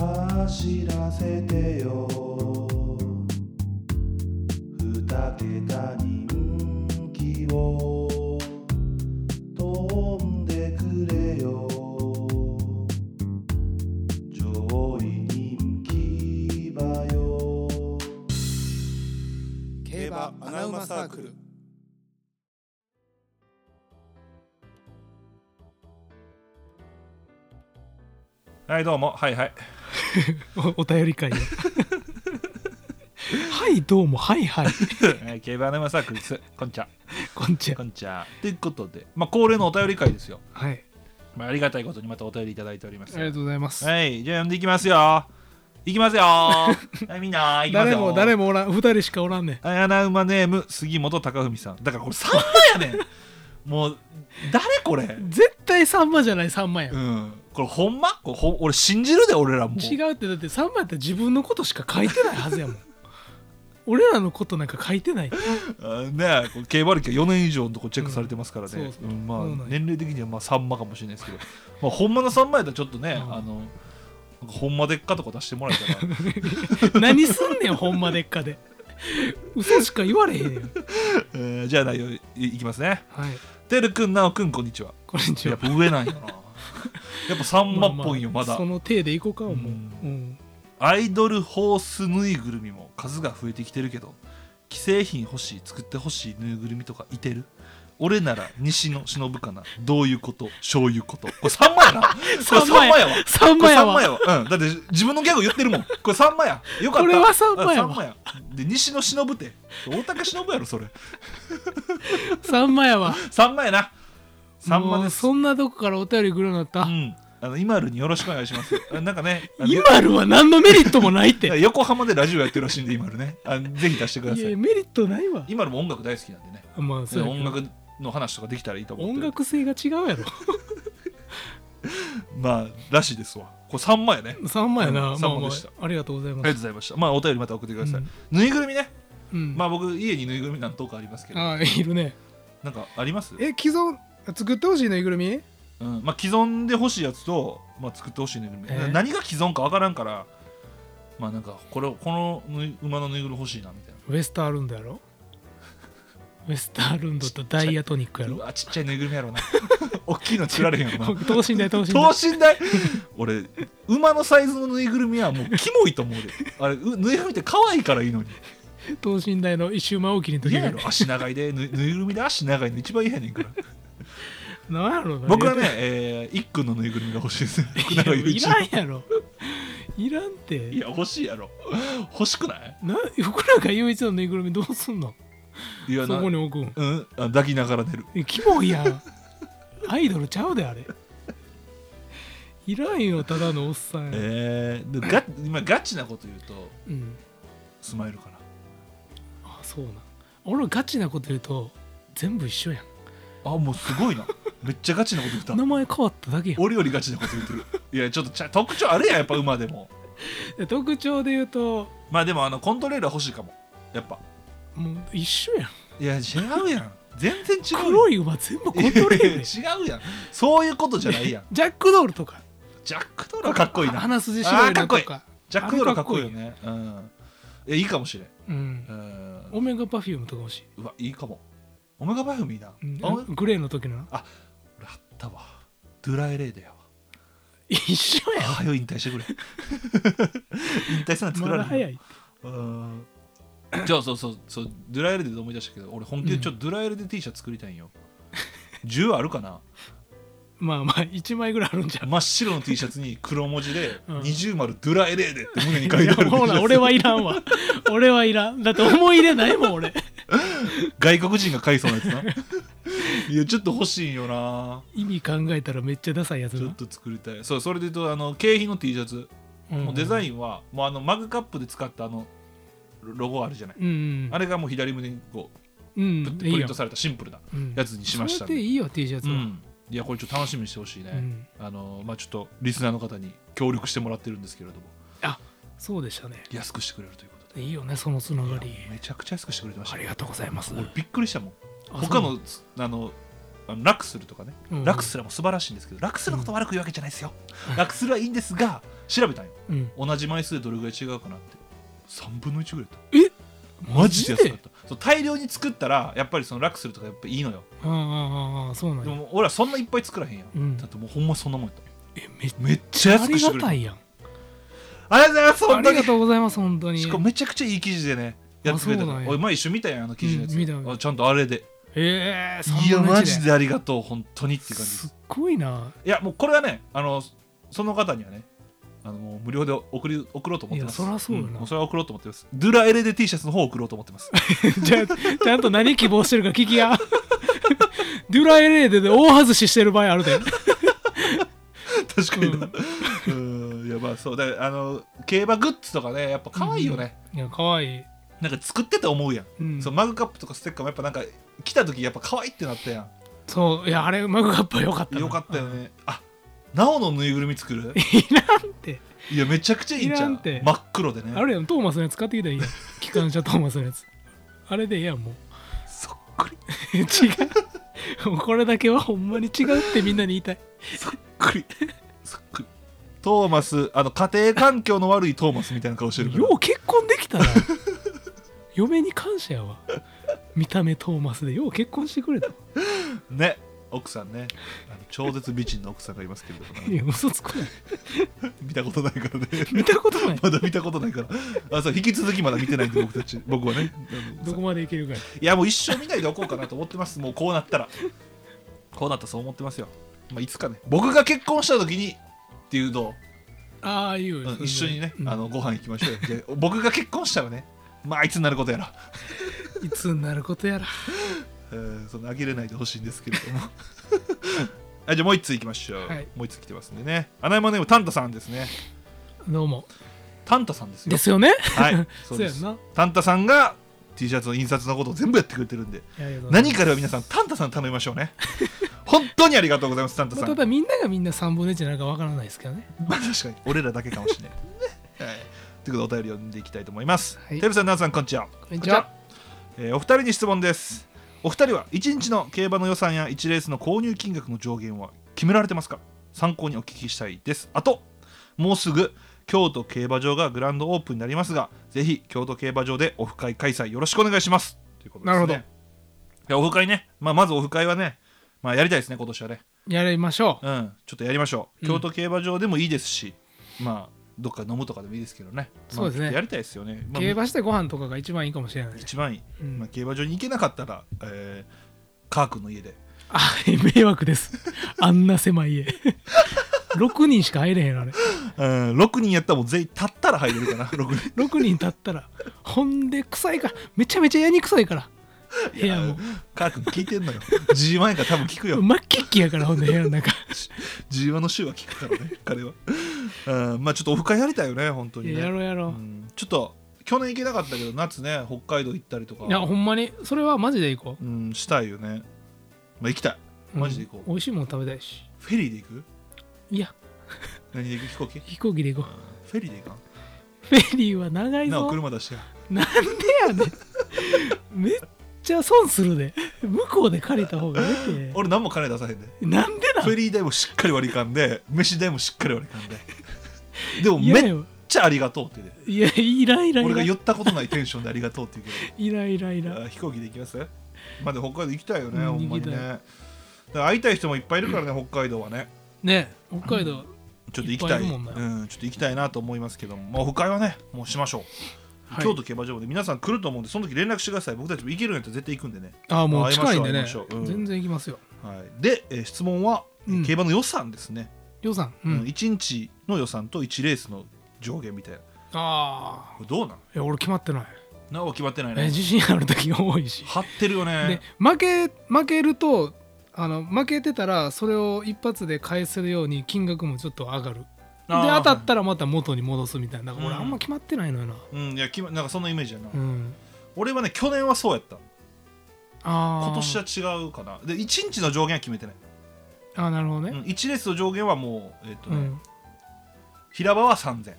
走らせてよ二桁人気を飛んでくれよ上位人気馬よ競馬アナウマサークルはいどうもはい はいおお 便り会やはいどうもはいはい はい競馬アナウンサークルですこんちゃこんち こはんちゃということでまあ恒例のお便り会ですよ、はいまあ、ありがたいことにまたお便りいただいておりますありがとうございます、はいじゃあ読んでいきますよいきます よはいみんな行きます誰よも誰ももおらん2人しかおらんねんアナウマネーム杉本貴文さんだからこれさんまやねん もう誰これ絶対さんまじゃないさんまやん、うんこれほんまこれほん俺信じるで俺らもう違うってだってさんまやったら自分のことしか書いてないはずやもん 俺らのことなんか書いてないあねえこれ競馬歴は4年以上のとこチェックされてますからね、うんそうそううんまあそうなんや年齢的にはまあさんまかもしれないですけど、まあ、ほんまのさんまやったらちょっとね、うんあのなんかほんまでっかとか出してもらえたら 何すんねんほんまでっかで嘘しか言われへんねんえーじゃあ内容いいきますねはいてるくんなおくんこんにちはこんにちやはっぱ上なんやな やっぱさんまっぽいよまだ、その手でいこうかもう、うんうんアイドルホースぬいぐるみも数が増えてきてるけど既製品欲しい作って欲しいぬいぐるみとかいてる俺なら西野忍かなどういうこと醤油ことこれさんまや なこれさんまやわさんこまれやさんまわやわ、うん、だって自分のギャグ言ってるもんこれさんまやよかったこれはさんまやわうんさんまやで西野忍って大竹忍やろそれさんまやわさんまやなさんまもでうすそんなとこからお便り来るようになった、うんあの今るによろしくお願いしますあなんかねあのイマルは何のメリットもないっ て。いや横浜でラジオやってるらしいんで今るねあぜひ出してくださいメリットないわ。今るも音楽大好きなんでねまあ、そうやけ音ど楽の話とかできたらいいと思って音る楽性が違うやろ。 まあらしいですわこれさんまやねさんまやな。うんまあさんままあでした、ありがとうございありまがとうごす。ざいましたまあお便りまた送ってください、うんぬいぐるみねうんまあ僕家にぬいぐるみ何とかありますけどああ、いるね。なんかありますえ、既存、作ってほしいぬいぐるみうんまあ、既存で欲しいやつと、まあ、作ってほしいぬいぐるみ、えー何が既存か分からんからまあなんかこれをこのぬい馬のぬいぐるみ欲しいなみたいなウェスターアルンドや ろウェスターアルンドとダイヤトニックやうろわちっちゃいぬいぐるみやろうな 大きいの作られへん やろな等身大等身等大。身大俺馬のサイズのぬいぐるみはもうキモいと思うであれうぬいぐるみって可愛いからいいのに等身大の一周間大きい時嫌やがろ。足長いでぬいぬいぐるみで足長いの一番嫌やねんからなんやろな。僕はね、えー、一君のぬいぐるみが欲しいですい福や、永祐い一らんやろ。いらんっいて。や欲しいやろ欲しくないな福永祐一のぬいぐるみどうすんのいやそなこに置くん。うんあ抱きながら寝るえキモいやんアイドルちゃうであれいらんよただのおっさんや、えー、でガ今ガチなこと言うとうんスマイルかなあそうなん俺ガチなこと言うと全部一緒やんあもうすごいなめっちゃガチなこと言った名前変わっただけや俺よりガチなこと言ってるいやちょっとちゃ特徴あるやんやっぱ馬でもん特徴で言うとまあでもあのコントレーラー欲しいかもやっぱもう一緒やんいや違うやん全然違う黒い馬全部コントレールやんいや違うやんそういうことじゃないやんジャックドールとかジャックドーラーかっこいいな鼻筋白いのとあーかかジャックドーラーかっこいいよねうんえいいかもしれんうんうんオメガパフュームとか欲しい、うわいいかもオメガバイフもいいな、うんあ俺グレーの時のな俺あったわドゥラエレーデやわ一緒やああよ引退 してくれ引退せなま作られだへん早いいじゃあそうそうそうドゥラエレで思い出したけど俺本気でちょっとドゥラエレで T シャツ作りたいんよ、10あるかなまあまあ1枚ぐらいあるんじゃん真っ白の T シャツに黒文字で「うん二重丸ドゥラエレーデ」って胸に書いてあいるやほ T シャらツ俺 はいらんわ 俺はいらんだって思い入れないもん俺外国人が買いそうなやつないやちょっと欲しいんよな意味考えたらめっちゃダサいやつちょなっと作りたいそうそれで言うとあの景品の T シャツもうデザイインはもうあのマグカップで使ったあのロロゴあるじゃない、ンうんあれがもう左胸にこううんプ,、いいリンよトされたシンプルなうんやつにしましたそれでいいよ T シャツうは、ん、いやこれちょっと楽しみにしてほしいね、うんあのまあちょっとリスナーの方に協力してもらってるんですけれどもあそうでしたね安くしてくれるということいいよねそのつながりでめちゃくちゃ安くしてくれてましたあよりがとうございます俺びっくりしたもんあ他そうのつあのあのラクスルとかね、うんラクスルも素晴らしいんですけどラクスルのこと悪く言うわけじゃないですよ、ラクスルはいいんですが調べたんようん同じ枚数でどれぐらい違うかなって3分の1ぐらいだったえマジで安かったそう大量に作ったらやっぱりその楽するとかやっぱいいのよああああああそうなんでやも俺らそんないっぱい作らへんやん、うんだってもうほんまそんなもんやったえめっめっちゃあ安くりしてがくれたたいやんありがとうございますあ本当りにがとうございます本当にしかもめちゃくちゃいい記事でねやってくれたあそうなんのやお前一緒見たやんあの記事のやつ、うん見た見たあちゃんとあれでええいや3分のマ1ジででありがとう本当にっていう感じですすっごいないやもうこれはねあのその方にはねあのもう無料で送り送ろうと思ってますいやそらそうよなんもうそれは送ろうと思ってますドゥラエレで T シャツの方を送ろうと思って ますじゃあちゃんと何希望してるか聞きや デュラエレーデで大外ししてる場合あるで確かにな うんいやまあそうだからあの競馬グッズとかねやっぱ可愛いよね、いやかわいい、なんか作ってて思うやん、うん、そうマグカップとかステッカーもやっぱなんか来た時やっぱ可愛いってなったやそういやあれマグカップはよかったんなよかったよねあなおのぬいぐるみ作るいらんっていやめちゃくちゃいいんちゃいらんうて真っ黒でねあれやんトーマスのやつ買ってきたらいいやん機関車トーマスのやつあれでええやんもうそっくり違うもうこれだけはほんまに違うってみんなに言いたいそっくりそっくりトーマスあの家庭環境の悪いトーマスみたいな顔してるからよう結婚できたな嫁に感謝やわ見た目トーマスでよう結婚してくれたね奥さんねあの超絶美人の奥さんがいますけれどもい ねや嘘つくない見たことないからね 見たことないまだ見たことないからあそう引き続きまだ見てないんで僕たち僕はねあのどこまでいけるかいやもう一生見ないでおこうかなと思ってますもうこうなったらこうなったらそう思ってますよ、まあ、いつかね僕が結婚した時にっていうのをああいううん一緒にね、うんあのご飯行きましょうよで僕が結婚したらねまああいつになることやらいつになることやらえーそのあげれないでほしいんですけれども あじゃあもう一通いきましょう、はいもう一通来てますんでね穴山ネームタンタさんですねどうもタンタさんですよですよねはい そうやんなタンタさんが T シャツの印刷のことを全部やってくれてるんでいやいやどうも何かでは皆さんタンタさん頼みましょう ね本当にありがとうございますタンタまあさんただみんながみんな3分の1になるかわからないですけどねまあ 確かに俺らだけかもしれないはい ということでお便りを読んでいきたいと思います、はいテルさんナンさんこんにちはこんにちはえーお二人に質問ですお二人は1日の競馬の予算や1レースの購入金額の上限は決められてますか参考にお聞きしたいですあともうすぐ京都競馬場がグランドオープンになりますがぜひ京都競馬場でオフ会開催よろしくお願いしますということです、ね、なるほどいやオフ会ね、まあ、まずオフ会はね、まあ、やりたいですね今年はねやりましょうんちょっとやりましょううん京都競馬場でもいいですし、まあどっか飲むとかでもいいですけどねまあそうですねやりたいですよね、うまあ競馬してご飯とかが一番いいかもしれないね一番いい、うんまあ、競馬場に行けなかったら、えー、カー君の家であ迷惑ですあんな狭い家6人しか入れへんあれうん6人やったらもう全員立ったら入れるか な6人6人立ったらほんで臭いからめちゃめちゃやに臭いから部屋もカー君聞いてんのよ G1 やから多分聞くよ真っきっきやからほんで部屋の中 G1 の週は聞くからね彼はうんまあちょっとオフ会やりたいよね本当にいねややろうやうろんちょっと去年行けなかったけど夏ね北海道行ったりとかういやほんまにそれはマジで行こうんしたいよねまあ行きたいうマジで行こう、うん美味しいもん食べたいしフェリーで行くいや何で行く飛行機飛行機で行こうフェリーで行かんフェリーは長いなおぞ車出してやなんでやねん めっちゃ損するで向こうで借りた方がええ 俺何も金出さへんでてなんでなフェリー代もしっかり割り勘で飯代もしっかり割り 勘ででもいやめっよちゃありがとうってねいやいらんいらんい俺らがん言ったことないテンションでありがとうって言ういらんいらんいけらどんあ飛行機で行きますまあでも北海道行きたいよね、うんほんまにね行きたいだから会いたい人もいっぱいいるからね北海道はねね北海道ちょっと行きたいいっぱいいるもんねうん、ちょっと行きたいなと思いますけども、まあ、オフ会はねもうしましょう、はい京都競馬場で皆さん来ると思うんでその時連絡してください僕たちも行けるんやったら絶対行くんでね、ああもう会いましょう近いんで会いねましょううん全然行きますよはい、で、えー質問は、うん競馬の予算ですね、りょうさんううんん1日の予算と1レースの上限みたいなああこれどうなんいや俺決まってないなお決まってないえね自信ある時が多いし張ってるよでね負け負けるとあの負けてたらそれを一発で返せるように金額もちょっと上がるであー当たったらまた元に戻すみたいなだから俺うんあんま決まってないのよなうんいや決まなんかそんなイメージやな、うん俺はね去年はそうやったああ今年は違うかなで1日の上限は決めてない、あーなるほどうんね、 1レースの上限はもう、えっとうねん平場は3000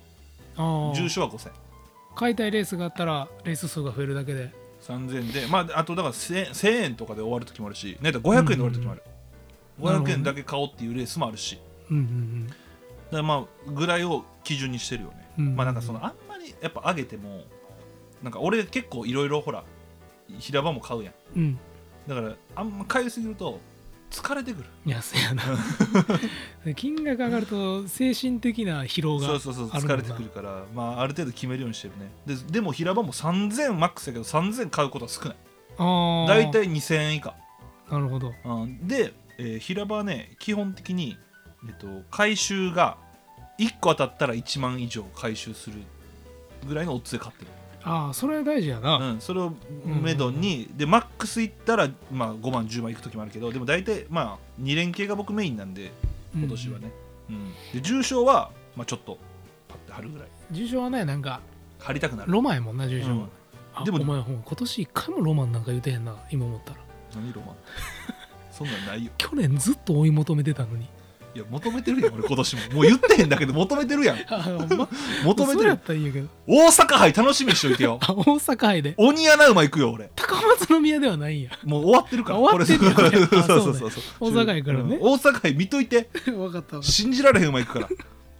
ああ重賞は5000解体レースがあったらレース数が増えるだけで3000で、まあ、あとだから 1000, 1000円とかで終わる時もあるし、ね、だから500円で終わる時もある、うんうんうん500円だけ買おうっていうレースもあるしうんうんからまあぐらいを基準にしてるよね、うんまあなんかそのあんまりやっぱ上げてもなんか俺結構いろいろほら平場も買うやんうんだからあんま買いすぎると疲れてくる安い やな金額上がると精神的な疲労がそうそうそうあるも疲れんなてくるからまあある程度決めるようにしてるねででも平場も3000マックスやけど3000買うことは少ないああ大体2000円以下なるほどうんで、えー平場はね基本的に、えっと、回収が1個当たったら1万以上回収するぐらいのオッズで買ってる、ああそれは大事やな、うん、それをめどに、でマックスいったら、まあ、5万10万いく時もあるけどでも大体、まあ、2連携が僕メインなんで今年はね、うんで重賞は、まあ、ちょっとパッて貼るぐらいうん重賞はねなんか貼りたくなる、ロマンやもんな重賞は、うんあでもお前ほんま今年一回もロマンなんか言うてへんな今思ったら何ロマン そんなんないよ去年ずっと追い求めて たのにいや求めてるやん俺今年ももう言ってへんだけど求めてるやんあほんま求めそてうやるったらいいんやけど大阪杯楽しみにしといてよあ大阪杯で鬼穴馬行くよ俺高松宮ではない んやもう終わってるから終わってるよねこれあそうそうそうだよそうそう大阪やからねうん大阪へ見といて分かったわ信じられへん馬行くから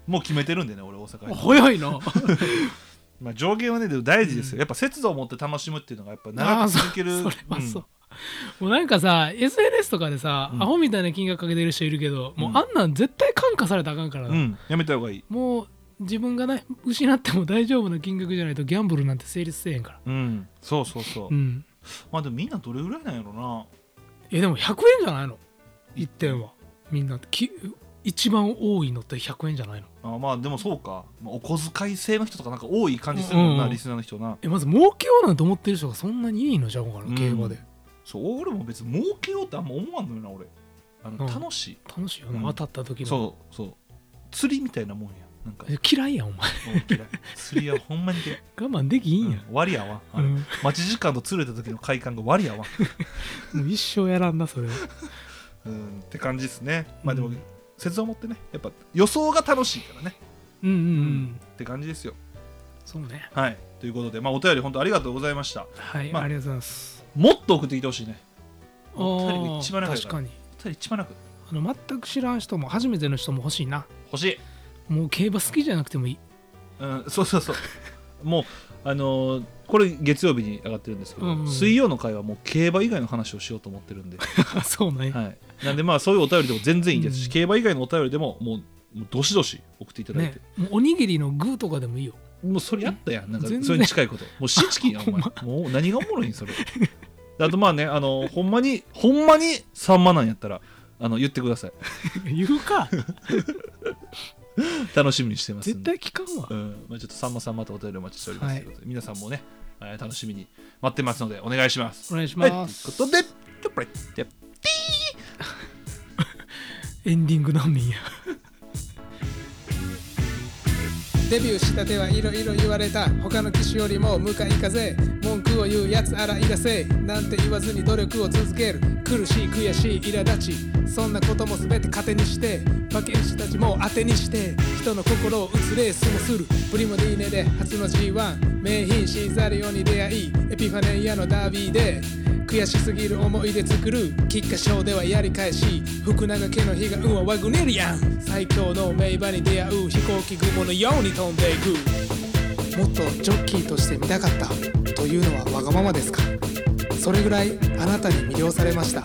もう決めてるんでね俺大阪へ、早いなまあ、上限はねでも大事ですよやっぱ節度を持って楽しむっていうのがやっぱ長あくそ続ける それはそうう、もうなんかさ SNS とかでさ、うんアホみたいな金額かけてる人いるけど、もううんあんなん絶対感化されたらあかんからん、うな、んやめた方がいいもう自分がね失っても大丈夫な金額じゃないとギャンブルなんて成立せえへんからうんそうそうそう、うんまあでもみんなどれぐらいなんやろなえでも100円じゃないの1点はみんなき一番多いのって100円じゃないのあまあでもそうか、まあ、お小遣い制の人とかなんか多い感じするもんな、うんうんリスナーの人なえまず儲けようなんて思ってる人がそんなにいいのじゃんかうんな競馬で、そう俺も別に儲けようってあんま思わんのよな俺あの、うん楽しい楽しいよな、うん当たった時のそうそう釣りみたいなもんやなんかえ嫌いやんお前 もう嫌い釣りはほんまに嫌い我慢できひんやん、うん割り合わんあれ、うん待ち時間と釣れた時の快感が割り合わん、もう一生やらんな それはうん、って感じですねまあでも、うん節を持ってねやっぱ予想が楽しいからね、うんうんうん、って感じですよそうねはいということで、まあ、お便り本当ありがとうございましたはい、まああ、りがとうございますもっと送ってきてほしいねお便りがあー一番長い確からかにお便り一番なくあの全く知らん人も初めての人も欲しいな欲しい、もう競馬好きじゃなくてもいいうん、そうそう そうもうあのーこれ月曜日に上がってるんですけど、うんうん水曜の回はもう競馬以外の話をしようと思って るんであ そうね、はい、なんでまあそういうお便りでも全然いいですし、うん競馬以外のお便りでももうもうどしどし送っていただいねて、もうおにぎりの具とかでもいいよもうそれやったやんなんか全然それに近いこともうシチキンやあお前もう何がおもろいんそれあとまあねあのほんまにほんまにさんまなんやったらあの言ってください 言うか楽しみにしてます 絶んで対聞かんわうんまあ、ちょっとさんまさんまとお便りお待ちしております、はいということで皆さんもねえー楽しみに待ってますのでお願いしますお願いしますはい、ということでちょっぱりってエンディングなんねんやデビューしたてはいろいろ言われた他の機種よりも向かい風文句を言うやつ洗い出せなんて言わずに努力を続ける苦しい悔しい苛立ちそんなことも全て糧にして馬券師たちも当てにして人の心を打つレースもするプリモディーネで初の G1 名品シーザリオに出会いエピファネイアのダービーで悔しすぎる思い出作る菊花賞ではやり返し福永家の悲願はワグネリアン最強の名馬に出会う飛行機雲のように飛んでいくもっとジョッキーとして見たかったというのはわがままですかそれぐらいあなたに魅了されました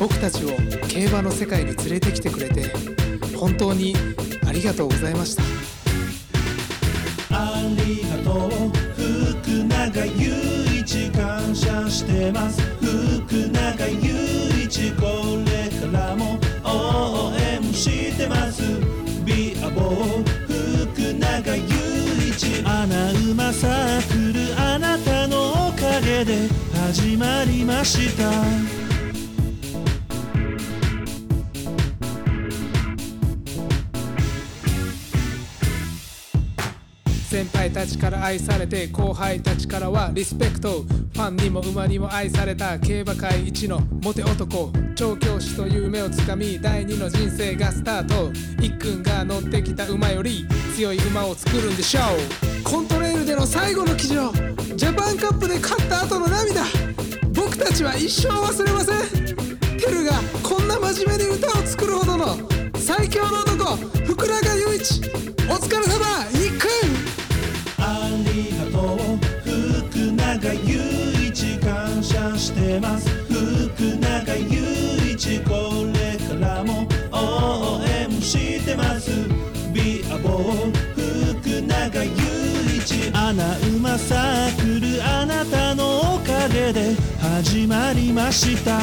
僕たちを競馬の世界に連れてきてくれて本当にありがとうございましたありがとう福永祐一感謝してます福永祐一これからも応援してますビアボー福永祐一穴馬サークルあなたのおかげで始まりました先輩たちから愛されて後輩たちからはリスペクトファンにも馬にも愛された競馬界一のモテ男調教師という夢をつかみ第二の人生がスタート一君が乗ってきた馬より強い馬を作るんでしょうコントレールでの最後の騎乗ジャパンカップで勝った後の涙僕たちは一生忘れませんテルがこんな真面目に歌を作るほどの最強の男福永祐なうまさ来るあなたのおかげで始まりました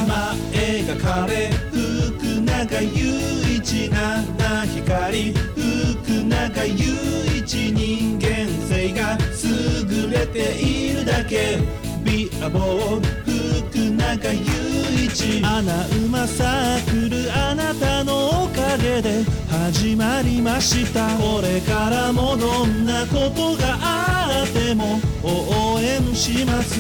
前が彼福永祐一七光福永祐一人間性が優れているだけビアボー福永祐一アナうまさ来るあなたのおかげで始まりましたこれからもどんなことがあっても応援します